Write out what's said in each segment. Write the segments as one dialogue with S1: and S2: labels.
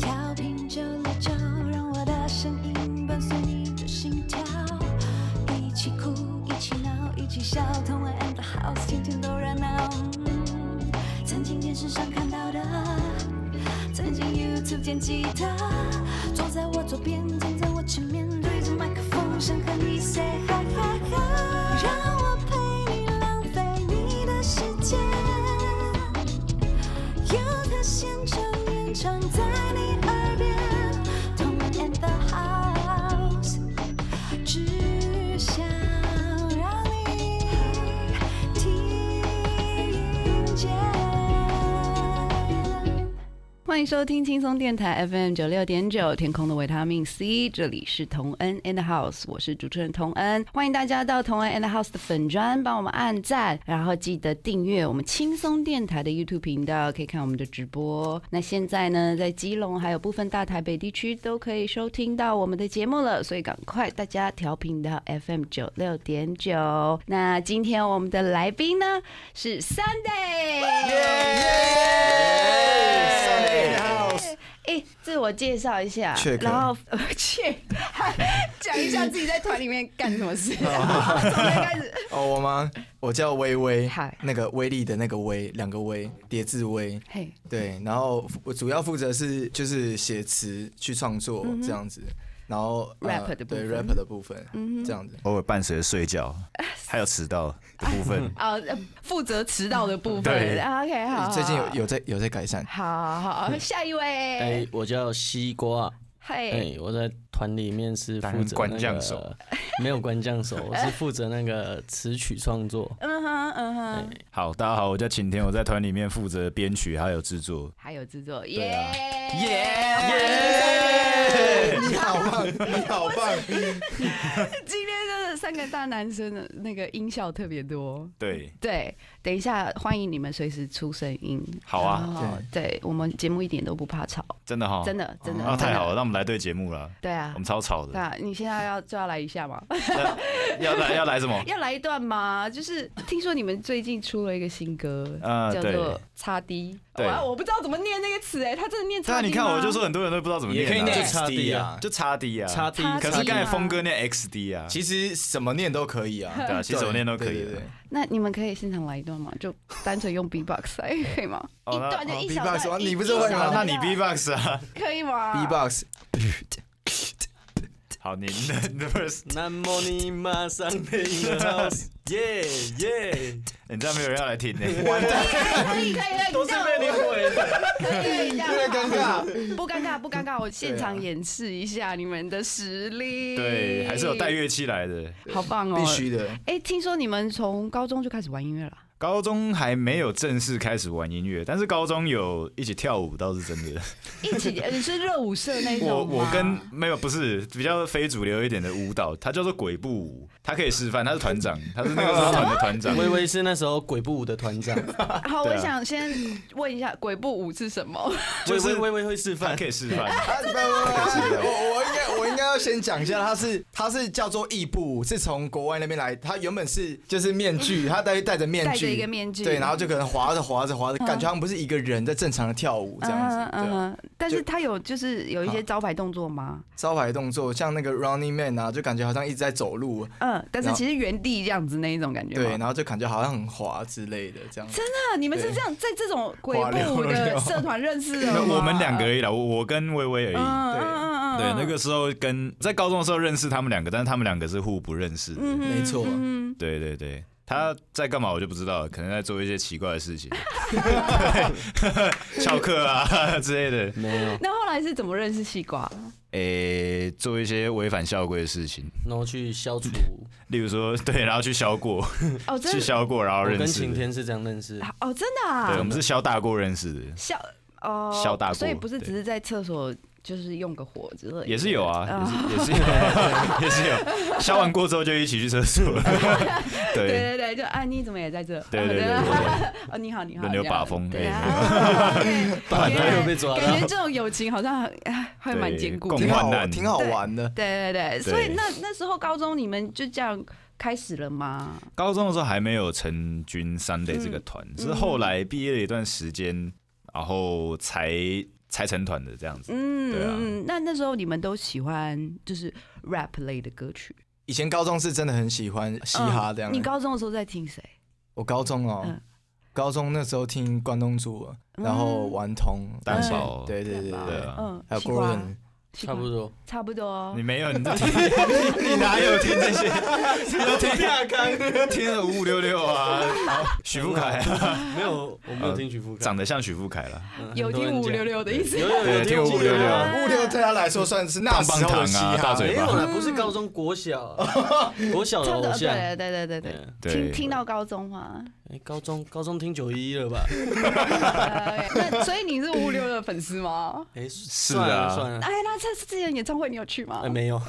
S1: 调频九六九，让我的声音伴随你的心跳，一起哭，一起闹，一起笑，同玩 and the house，天天都热闹。嗯曾经电视上看到的，曾经 YouTube 捡吉他，坐在我左边，站在我前面，对着麦克风，想和你 say hi hi hi，让我陪你浪费你的时间。有个现场演唱在你耳边，同门 and the house，只想让你听见。
S2: 欢迎收听轻松电台 FM 九六点九，天空的维他命 C，这里是同恩 and house，我是主持人同恩，欢迎大家到同恩 and house 的粉砖帮我们按赞，然后记得订阅我们轻松电台的 YouTube 频道，可以看我们的直播。那现在呢，在基隆还有部分大台北地区都可以收听到我们的节目了，所以赶快大家调频到 FM 九六点九。那今天我们的来宾呢是 Sunday。
S3: 耶
S4: House
S2: 哎、自我介绍一下
S4: Check
S2: 然后呃，check
S3: 讲一下自己在团里面干什么事，好从哪开始？
S4: 哦，我吗？我叫微微
S2: 嗨，
S4: 那个威力的那个威，两个威，叠字威。
S2: 嘿，
S4: 对，然后我主要负责是就是写词去创作这样子，然后呃
S2: 嗯 Rap 的部分。
S4: 对 rap 的部分，这样子。
S5: 偶尔伴随着睡觉，还有迟到的部分
S2: 哦，呃负责迟到的部分。
S5: 对
S2: 啊，OK，好，好
S4: 最近有
S2: 好
S4: 有在有在改善，
S2: 好好好，下一
S6: 哎、
S2: 位，
S6: 我叫西瓜，哎、
S2: 嘿，
S6: 我在团里面是负责、那个、
S5: 担任官将手，
S6: 没有官将手，我是负责那个词曲创作。
S2: 嗯哼，嗯哼，
S5: 好，大家好，我叫晴天，我在团里面负责编曲还有制作。
S2: 还有制作，耶
S6: 对啊
S2: 耶！
S4: 你好棒，你好棒，
S2: 今天就是三个大男生的那个音效特别多。
S5: 对，
S2: 对，等一下，欢迎你们随时出声音。
S5: 好啊
S2: 然后对我们节目一点都不怕吵，
S5: 真的哈，
S2: 真的，真的，
S5: 啊，
S2: 真
S5: 太
S2: 的
S5: 好了，，那我们来对节目了，
S2: 对啊
S5: 我们，超吵
S2: 对
S5: 的，
S2: 啊，你现在要就要来一下吗？
S5: 要来要来什么？
S2: 要来一段吗？就是听说你们最近出了一个新歌，
S5: 啊
S2: 叫
S5: 对
S2: 做《叉 D》。
S5: 对
S2: 哇，我不知道怎么念那个词哎，他真的念
S5: 但
S2: 叉 D
S5: 啊你看，我就说很多人都不知道怎么
S6: 也
S5: 念啊，
S6: 可以念
S5: 就
S6: 差 D
S4: 啊
S6: 啊，
S5: 就叉 D 啊，
S6: 差 D，
S2: 叉 D
S5: 可是刚才峰哥念 XD 啊，
S4: 其实什么念都可 以啊，
S5: 对啊，其实怎么念都可以
S4: 对对
S5: 的
S4: 对。
S2: 那你们可以现场来一段吗？就单纯用 B-box 来可以吗？一
S5: 哦那
S2: 段就
S4: 哦
S2: 一小
S4: beatbox，
S2: 段，一
S4: 你不是会
S2: 一小
S4: 吗
S5: 那
S2: 段
S5: 那你 B-box 啊，
S2: 可以吗
S4: B-box
S5: 好，你你的你的 verse，
S6: 南摩尼马上的 house，耶耶，
S5: 你这样没有人要 来听呢。
S2: 可以可以可以，都是被你
S6: 毁
S2: 的，可以这样
S4: 有点尴尬，
S2: 不尴尬不尴尬，我现场演示一下你们的实力。
S5: 对，还是有带，乐器来的。
S2: 好棒哦！
S4: 必须。的，
S2: 哎，听说你们从高中就开始玩音乐 了。
S5: 高中还没有正式开始玩音乐，但是高中有一起跳舞倒 是真的。
S2: 一起，呃你是热舞社那种吗
S5: 我我跟没有不是比较非主流一点的舞蹈，它叫做鬼步舞，它可以示范，他是团长，他是那个时候团的团 长。
S6: 微微是那时候鬼步舞的团长，
S2: 好，
S5: 对
S2: 我
S5: 啊
S2: 想先问一下，鬼步舞是什么？
S6: 微
S5: 就是
S6: 微微微会示
S5: 他
S6: 范
S5: 可。以示 范，
S4: 啊不不不不不我我应该我应该要先讲一下，它是它是叫做异步，是从国外那边来。它原本是就是面具，它戴戴着面
S2: 戴
S4: 具，
S2: 着一个面具
S4: 对，然后就可能滑着滑着滑着，感觉好像不是一个人在正常的跳舞这样
S2: 嗯
S4: 子。对
S2: 嗯
S4: 啊，
S2: 嗯，但是他有就是有一些招牌动作吗？
S4: 招牌动作像那个 Running Man 啊，就感觉好像一直在走路，
S2: 嗯，但是其实原地这样子那一种感觉
S4: 对，
S2: 吗。
S4: 然后就感觉好像很滑之类的这样子。
S2: 那你们是这样在这种鬼
S4: 滑溜
S2: 步舞的
S4: 溜
S2: 社团认识的
S5: 那
S2: 吗？
S5: 我们两个而已啦，我我跟微微而已。
S2: 嗯，嗯
S4: 对
S2: 嗯嗯嗯，
S5: 对，那个时候跟在高中的时候认识他们两个，但是他们两个是互不认识的。
S2: 嗯
S4: 没错，
S5: 对对对，他在干嘛我就不知道了，可能在做一些奇怪 的事情， 翘课啊之类的。
S6: 没有，
S2: 那后来是怎么认识西瓜？
S5: 诶、做一些违反校规的事情，
S6: 然后去消除。
S5: 例如说，对，然后去消过，
S2: 哦，真
S5: 去
S2: 的
S5: 消过，然后
S6: 我
S5: 认
S6: 跟
S5: 识
S6: 晴
S5: 的。
S6: 天是这样认识，
S2: 哦，真的
S5: 对，我
S2: 啊，
S5: 们是消大过认识的，
S2: 笑哦，
S5: 笑大过
S2: 所以不是
S5: 对
S2: 只是在厕所就是用个火之类的，
S5: 也是有啊，也是也是有，也是有。消完过之后就一起去厕所，
S2: 对
S5: 对，
S2: 对对，就哎，你怎么也在这？
S5: 对 对对对对
S2: 哦，你好，你好，
S5: 轮流
S2: 这样
S5: 把风
S2: 对
S5: 哎
S2: 啊，
S6: 把
S2: 原来
S6: 又被抓到
S2: 感觉这种友情好像 哎还蛮坚固的。
S5: 对
S4: 挺
S5: 共
S4: 好
S5: 患难
S4: 挺好玩的。
S2: 对对对，
S5: 对
S2: 所以那那时候高中你们就这样开始了吗？
S5: 高中的时候还没有成军三类这个团，是后来毕业了一段时间，然后才才成团的这样子。
S2: 嗯
S5: 对啊
S2: 嗯，那那时候你们都喜欢就是 rap 类的歌曲，
S4: 以前高中是真的很喜欢嘻哈这
S2: 嗯
S4: 样。
S2: 你高中的时候在听谁？
S4: 我高中哦，
S2: 嗯
S4: 高中那时候听关东煮，然后顽童、
S5: 蛋堡
S4: 对对对对
S5: 对
S4: 对，
S5: 啊
S2: 嗯，
S4: 还有
S2: 西瓜
S4: Gordon，
S2: 西瓜
S6: 差不多。
S2: 差不多哦
S5: 你。没有，你都听 你哪有听这些？你都听亚康，听了五五六六啊，许富凯啊
S6: 没有，我没有听曲富凯
S5: 长，得像许 富凯了，
S6: 嗯
S2: 有听五六，六的意思
S6: 很多人 讲有有有
S5: 对听566
S6: 啊
S4: 物流对他来说算是那时候的嘻
S5: 棒棒糖啊
S4: 哈
S5: 大。嘴
S6: 没有
S5: 巴
S6: 啦，不是高中国小，国小的
S2: 差不
S6: 偶
S2: 多，
S6: 像。
S2: 对对对对对，
S6: 嗯
S5: 对
S2: 听听到高中 话，
S6: 哎，高中高中听九一一了吧？
S2: 呃那所以你是五五六的粉丝吗？
S6: 哎，
S5: 是
S6: 是
S5: 啊
S6: 算了，
S2: 哎，那这次之前演唱会你有去吗
S6: 哎，？没有，
S2: 啊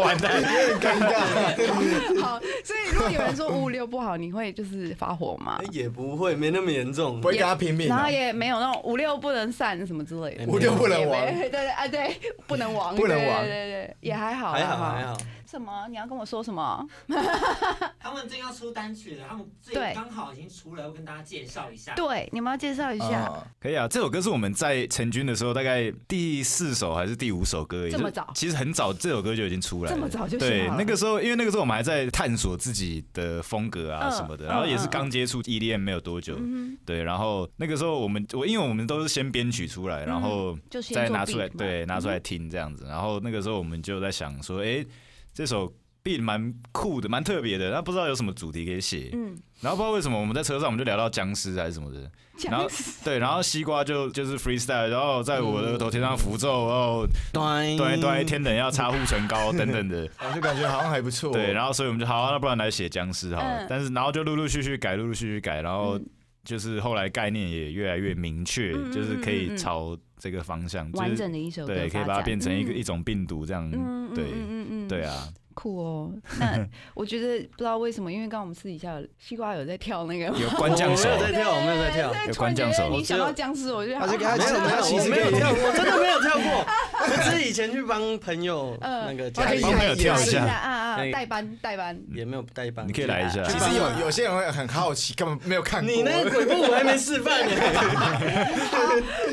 S5: 完蛋，
S4: 哎
S2: 好，所以如果有人说五五六不好，你会就是发火吗
S6: 哎？也不会，没那么严重
S4: 不。会跟他拼命、
S2: 然
S4: 啊
S2: 后，也没有那种五六不能散什么之类的
S6: 哎，
S4: 五六不能
S2: 也
S4: 玩
S2: 没，对对啊对，不能亡，
S4: 不能亡
S2: 对对对，对也还好，啊
S6: 还好还。好，
S2: 什么？你要跟我说什么？
S7: 他们正要出单曲了，他们最
S2: 对
S7: 刚好已经出了，我跟大家介绍一下。
S2: 对，你们要介绍一下。
S4: 啊
S5: 可以啊。这首歌是我们在成军的时候，大概第四首还是第五首歌而已，
S2: 这么
S5: 就
S2: 早
S5: 其实很早，这首歌就已经出来了，
S2: 这么早就想
S5: 对
S2: 好，了
S5: 那个时候，因为那个时候我们还在探索自己的风格啊
S2: 嗯
S5: 什么的，
S2: 嗯
S5: 然后也是
S2: 嗯
S5: 刚接触 EDM 没有多久，对，然后那个时候我们我因为我们都是先编曲出来，
S2: 嗯
S5: 然后
S2: 就先
S5: 再
S2: 做
S5: 拿出来
S2: beat 嘛嗯
S5: 对拿出来听这样子，然后那个时候我们就在想说，哎，这首 beat 蛮酷的，蛮特别的，那不知道有什么主题可以写，
S2: 嗯，
S5: 然后不知道为什么我们在车上我们就聊到僵尸还是什么的，然后对，然后西瓜就就是 freestyle，然后在我
S2: 嗯
S5: 的额头贴上符咒，然后
S6: 嗯端
S5: 对对，天冷要擦护唇膏等等的。
S4: 我就感觉好像还不错。
S5: 对，然后所以我们就好、啊，那不然来写僵尸好了。
S2: 嗯
S5: 但是然后就陆陆续续改，陆陆续续改，然后就是后来概念也越来越明确，
S2: 嗯嗯
S5: 就是可
S2: 嗯嗯
S5: 以
S2: 嗯
S5: 朝这个方向，
S2: 完
S5: 就是
S2: 整的一首歌发
S5: 对，
S2: 展，
S5: 可以把它变成一个、
S2: 嗯
S5: 一种病毒这样。
S2: 嗯嗯
S5: 对、
S2: 嗯嗯，嗯
S5: 对，啊，
S2: 酷 哦。那我觉得不知道为什么，因为刚刚我们私底下有西瓜有在跳那个，
S5: 有关将手
S6: 我没有在跳，我没有在跳，
S2: 对
S5: 有
S2: 突然
S5: 关
S2: 觉
S5: 将手
S2: 得你想
S6: 我
S2: 到
S6: 只有
S2: 僵尸，我就
S4: 他是给
S2: 啊
S4: 他
S6: 没有
S4: 讲，
S6: 没
S4: 他
S6: 有，
S4: 其
S6: 我
S4: 实
S6: 没有
S4: 可以
S6: 跳，过，真的没有跳过。我是以前去帮朋友
S2: 嗯
S6: 那
S2: 呃
S6: 个家里
S5: 帮朋友跳一
S2: 啊
S5: 下，
S2: 啊啊，
S6: 那个
S2: 代班代班，
S6: 也没有代班。
S5: 你可以来一下。
S4: 其实有有些人会很好奇，根本没有看过。
S6: 你那个鬼步我还没示范呢。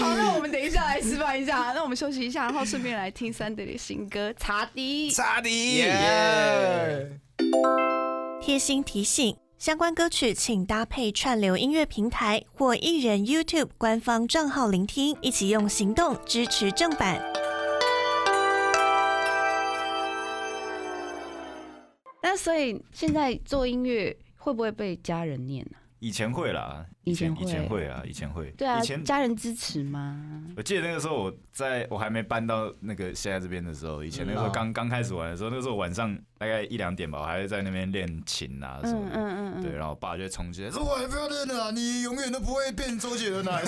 S2: 好，那我们等一下来示范一下， 那我们休息一下，然后顺便来听 Sunday 的新歌《茶滴》。
S5: 杀敌
S4: 耶
S8: 贴心提醒：相关歌曲请搭配串流音乐平台或艺人 YouTube 官方账号聆听，一起用行动支持正版。
S2: 那所以现在做音乐会不会被家人念啊呢、
S5: 以前会啦，
S2: 以前
S5: 以前
S2: 会
S5: 会啊，以前会。
S2: 对啊
S5: 以前，
S2: 家人支持吗？
S5: 我记得那个时候我在我还没搬到那个现在这边的时候，以前那个时候
S4: 嗯
S5: 刚刚开始玩的时候，那时候晚上大概一两点吧，我还会在那边练琴啊什么
S2: 嗯
S5: 的。
S2: 嗯嗯
S5: 对，
S2: 嗯。
S5: 然后我爸就会冲进来
S4: 说
S5: 说
S4: 我还不要练
S5: 啊
S4: 了，你永远都不会变周 杰伦啊！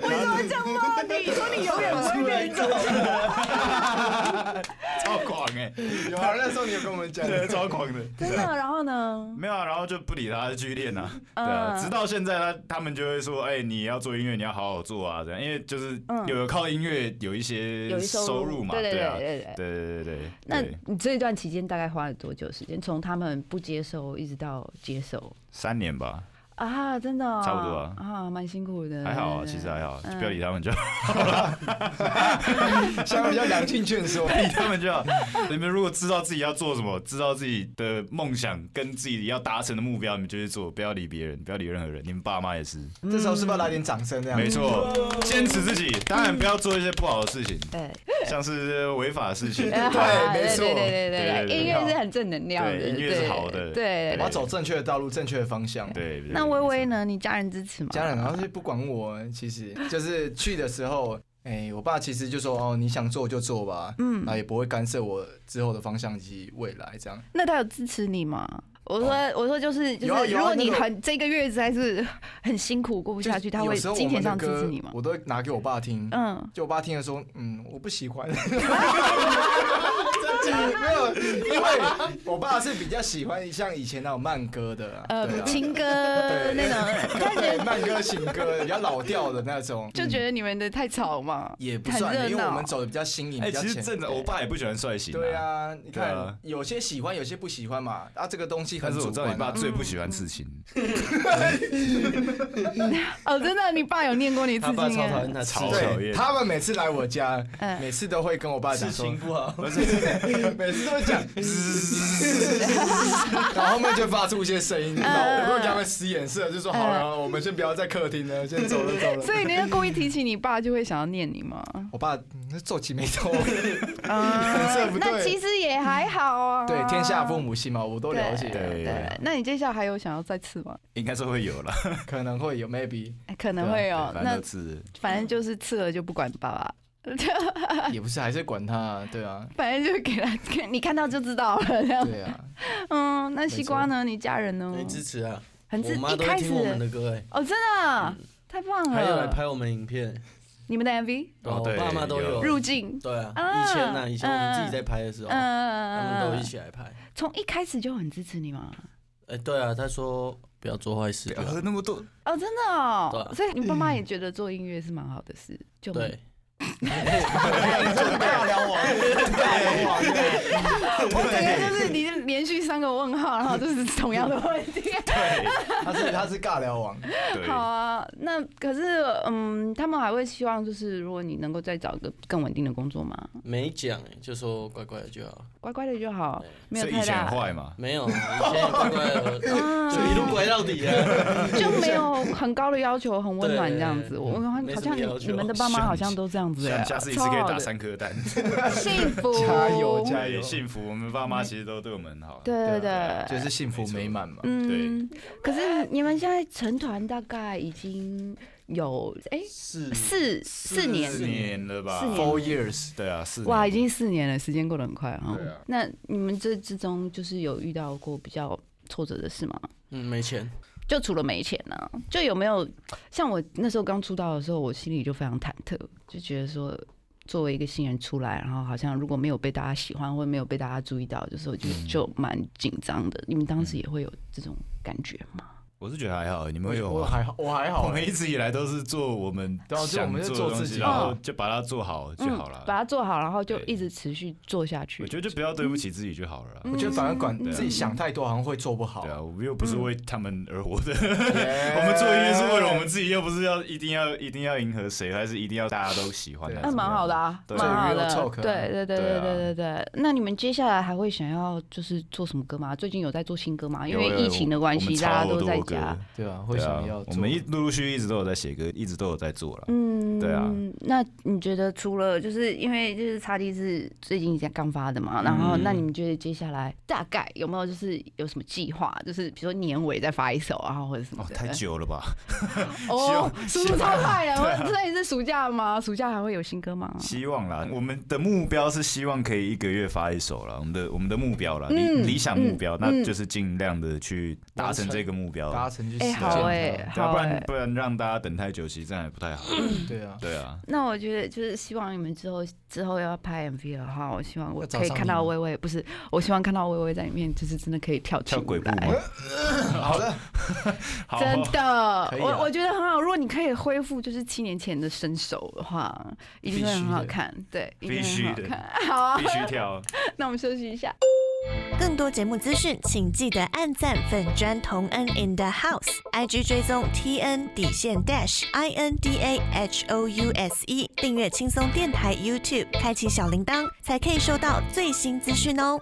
S2: 为什么这样骂你？说你永远不会变成
S5: 超狂哎、
S4: 有啊，那时候你有跟我们讲，
S5: 对，超狂的，
S2: 真
S5: 对啊
S2: 的，然后呢？
S5: 没有啊，然后就不理他，就继续 练啊，对啊，
S2: 嗯
S5: 直到现在他他们就会说，哎、你要做音乐，你要好好做啊，这样，因为就是
S2: 嗯
S5: 有靠音乐有一些
S2: 有一
S5: 收入嘛，
S2: 对对
S5: 对啊，
S2: 对对对。
S5: 对对对对，
S2: 那
S5: 对
S2: 你这一段期间大概花了多久时间？从他们不接受一直到接受
S5: 三年吧，
S2: 啊，真的、哦、
S5: 差不多啊
S2: 啊，蛮辛苦的。
S5: 还好啊，
S2: 对
S5: 其实还好，
S2: 嗯
S5: 不要理他们就好，
S4: 相比较良性劝说，
S2: 嗯
S5: 理他们就好。你们如果知道自己要做什么，知道自己的梦想跟自己要达成的目标，你们就去做，不要理别人，不要理任何人，你们爸妈也是。
S2: 嗯
S4: 这时候是不是要来点掌声这样？
S5: 没错，坚持自己，当然不要做一些不好的事情，
S2: 对。
S5: 像是违法 的事情。
S2: 哎好
S4: 对没错
S2: 对对对对
S5: 对对对
S2: 对，音乐是很正能量的，
S5: 对音乐是好
S2: 对
S5: 的
S2: 对。
S4: 我
S2: 对
S4: 要走正确的道路，正确的方向。
S5: 对，对
S2: 那微微？呢？你家人支持吗？
S4: 家人好像是不管我，其 实就是去的时候，哎、我爸其实就说哦，你想做就做吧，嗯，然后也不会干涉我之后的方向及未来这样。
S2: 那他有支持你吗？我说，我说就是就
S4: 有啊
S2: 是，
S4: 有啊
S2: 如果你
S4: 那个
S2: 很这个月实在是很辛苦过不下去，他会
S4: 就是有时候
S2: 金
S4: 我
S2: 钱
S4: 们的
S2: 上支持
S4: 歌
S2: 你吗？
S4: 我都拿给我爸听，
S2: 嗯，
S4: 就我爸听了说，嗯，我不喜欢，没有，因为我爸是比较喜欢像以前那种慢歌的啊，对
S2: 呃
S4: 啊，
S2: 情歌
S4: 对
S2: 那种，他觉
S4: 对
S2: 得
S4: 慢歌情歌比较老调的那种，
S2: 就觉得你们的太吵嘛，
S4: 也不
S2: 很热
S4: 算，因为我
S2: 闹
S4: 们。走的比较新颖，
S5: 哎，
S4: 比较
S5: 其
S4: 前
S5: 实
S4: 卫
S5: 真的，我爸也不喜欢帅型。
S4: 对，啊，你
S5: 对
S4: 看
S5: 啊
S4: 有些喜欢，有些不喜欢嘛。啊，这个东西
S5: 但
S4: 很
S5: 是
S4: 主
S5: 我知道你
S4: 观
S5: 爸
S4: 啊。
S5: 最不喜欢刺
S2: 嗯
S5: 青，
S2: 哦，真的，你爸有念过你刺
S6: 他爸
S2: 青啊
S6: 超讨
S2: 耶？
S5: 好
S6: 厌他吵，
S5: 讨
S4: 对，
S5: 厌
S4: 他们每次来我家
S2: 嗯，
S4: 每次都会跟我爸
S6: 事
S4: 讲说
S6: 情，不好，
S4: 每次都会 讲， 然后后面就发出一些声
S2: 嗯
S4: 音，然后我会给他们使眼色，就说好了，我们先不要在客厅了，先走了走了。
S2: 所以你要故意提起你爸，就会想要念你 吗？
S4: 我爸嗯那皱起眉头，
S2: 啊
S4: 这不对
S2: 那其实也还好啊。
S4: 对，天下父母心嘛，我都了解，啊
S5: 对啊
S2: 对，那你接下来还有想要再刺吗？
S5: 应该是会有了，
S4: 可能会有 maybe，
S2: 哎可能会有。
S5: 啊反正
S2: 那
S5: 都刺。
S2: 反正就是刺了就不管爸爸，
S4: 也不是，还是管他啊，对啊，
S2: 反正就给他看，你看到就知道了。这样，
S4: 对 啊，
S2: 嗯，那西瓜呢？你家人呢？
S6: 你支持啊！
S2: 很自
S6: 我妈
S2: 一
S6: 都会
S2: 开
S6: 听我们
S2: 始
S6: 的歌哎，
S2: 哦，真的啊太棒
S6: 还有来
S2: 了！
S6: 拍我们影片，
S2: 你们的 MV
S5: 哦
S6: 我
S5: 对
S6: 爸妈都
S5: 有
S2: 入境，
S6: 对啊，
S2: 啊
S6: 以前呐，以前我们自己在拍的时候，哦他们都
S2: 嗯
S6: 一，起来拍。
S2: 从一开始就很支持你吗？
S6: 哎，对啊，他说不要做坏事
S5: 不，要喝那么 多，
S2: 哦，真的哦，
S6: 对啊
S2: 所以你爸妈也觉得做音乐是蛮好的事，就
S6: 对，
S4: 大聊 我， 大聊我。
S2: 我整个 就是你连续三个问号，然后就是同样的问题。
S4: 他是他是尬聊王，
S5: 对
S2: 好，啊，那可是嗯，他们还会希望就是如果你能够再找一个更稳定的工作嘛，
S6: 没讲哎，就说乖乖的就好，
S2: 乖乖的就好，没有
S5: 所以以
S2: 太
S5: 前
S2: 大
S5: 很坏嘛，
S6: 没有，以前也乖乖的，
S2: 啊
S6: 就一路拐到底啊。
S2: 就没有很高的要求，很温暖这样子。
S6: 对
S2: 我我好
S6: 没
S2: 像
S6: 什
S2: 好
S6: 么
S2: 像
S6: 要
S2: 你
S6: 求
S2: 你们的爸妈好像都这样子
S5: 希
S2: 哎，
S5: 望下次一次可以
S2: 超好
S5: 打
S2: 的
S5: 三颗蛋，
S2: 幸福，
S4: 加油加
S5: 对，
S4: 油
S5: 也！幸福。我们爸妈其实都对我们很
S2: 嗯
S5: 好，啊
S2: 对对对，
S4: 就是幸福美满嘛。
S2: 嗯，可是你们现在成团大概已经有哎
S6: 是
S2: 四四年
S5: 四年了吧
S2: 四？年
S4: 啊 Four years，
S5: 对啊，四年
S2: 哇，已经四年了，时间过得很快啊
S5: 对啊
S2: 那你们这之中就是有遇到过比较挫折的事吗？
S6: 嗯，没钱，
S2: 就除了没钱呢、就有没有像我那时候刚出道的时候，我心里就非常忐忑，就觉得说。作为一个新人出来，然后好像如果没有被大家喜欢，或者没有被大家注意到，就是我就
S5: 嗯
S2: 就蛮紧张的。你们当时也会有这种感觉吗？
S5: 我是觉得还好，你们会有
S4: 我
S5: 吗？
S4: 还好，我还
S5: 我
S4: 好
S5: 们。一直以来都是做我们
S4: 对啊就我
S5: 想
S4: 们就
S5: 做
S4: 做
S5: 的东
S4: 自
S5: 西，
S4: 己
S5: 然后
S2: 嗯
S5: 就把它做好就好了。
S2: 把它啊做好，然后就
S5: 对
S2: 一直持续做下去
S5: 我。觉得就不要对不起自己就好了啦。
S4: 我觉得反而管
S5: 嗯
S4: 自己想太多，好像会做不好 哎
S5: 对。啊，
S2: 哦
S5: 我又不是为他们而活的，
S2: 嗯
S4: 我
S5: 我们做音乐是为了我们自己，又不是要一定要一定要迎合谁，还是一定要大家都喜欢。
S4: 对啊
S5: 还
S2: 那
S5: 是
S2: 蛮好的啊，
S5: 对
S2: 蛮好的
S4: 这个 real talk 啊，
S2: 对对对
S5: 对
S2: 对
S5: 啊
S2: 对对对。那你们接下来还会想要就是做什么歌吗？最近有在做新歌吗？
S5: 怎么
S2: 因
S5: 样。
S2: 为疫情的关
S5: 我们
S2: 系，
S5: 超
S2: 大家都
S5: 多
S2: 在
S5: 歌
S2: 家。
S4: 对啊，会
S5: 对啊
S4: 想要，做。
S5: 我们一陆陆续续一直都有在写歌，一直都有在做了。
S2: 嗯，
S5: 对啊。
S2: 那你觉得除了就是因为就是差地是最近才刚发的嘛，然
S5: 嗯
S2: 后那你们觉得接下来大概有没有就是有什么计划？就是比如说年尾再发一首啊，或者什么
S5: 哦，
S2: 的？
S5: 太久了吧？希
S2: 哦，
S5: 望
S2: 速度超快了。我所以是暑假吗？暑假还会有新歌吗？
S5: 希望啦，我们的目标是希望可以一个月发一首啦，我们的我们的目标啦，理、
S2: 嗯
S5: 理想目标，
S2: 嗯
S5: 那就是尽量的去达成这个目标。
S4: 达成去
S2: 哎、
S4: 实
S2: 好
S4: 践
S2: 哎、
S4: 它
S5: 对啊，
S2: 好
S5: 不
S2: 哎、
S5: 然不然让大家等太久，其实这样也不 太好。
S4: 对啊，
S5: 对啊，
S2: 那我觉得就是希望你们之后之后要拍 MV 的话，我希望我
S4: 要找
S2: 可以
S4: 上
S2: 看
S4: 你
S2: 到
S4: 吗
S2: 薇薇，不是，我希望看到薇薇在里面，就是真的可以跳起
S5: 跳
S2: 舞
S5: 鬼步
S2: 来
S5: 吗。？好的，好，
S2: 真的
S4: 可，以啊
S2: 我我觉得很好。如果你可以恢复就是七年前的身手的话，一定会很好看。对，一定会
S5: 必须
S2: 很好
S5: 的
S2: 看。好啊
S5: 必，须跳。
S2: 那我们休息一下。
S8: 更多节目资讯，请记得按赞粉砖同恩 in the house，IG 追踪 T N 底线 dash I N D A H O U S E，订阅轻松电台 YouTube，开启小铃铛，才可以收到最新资讯哦。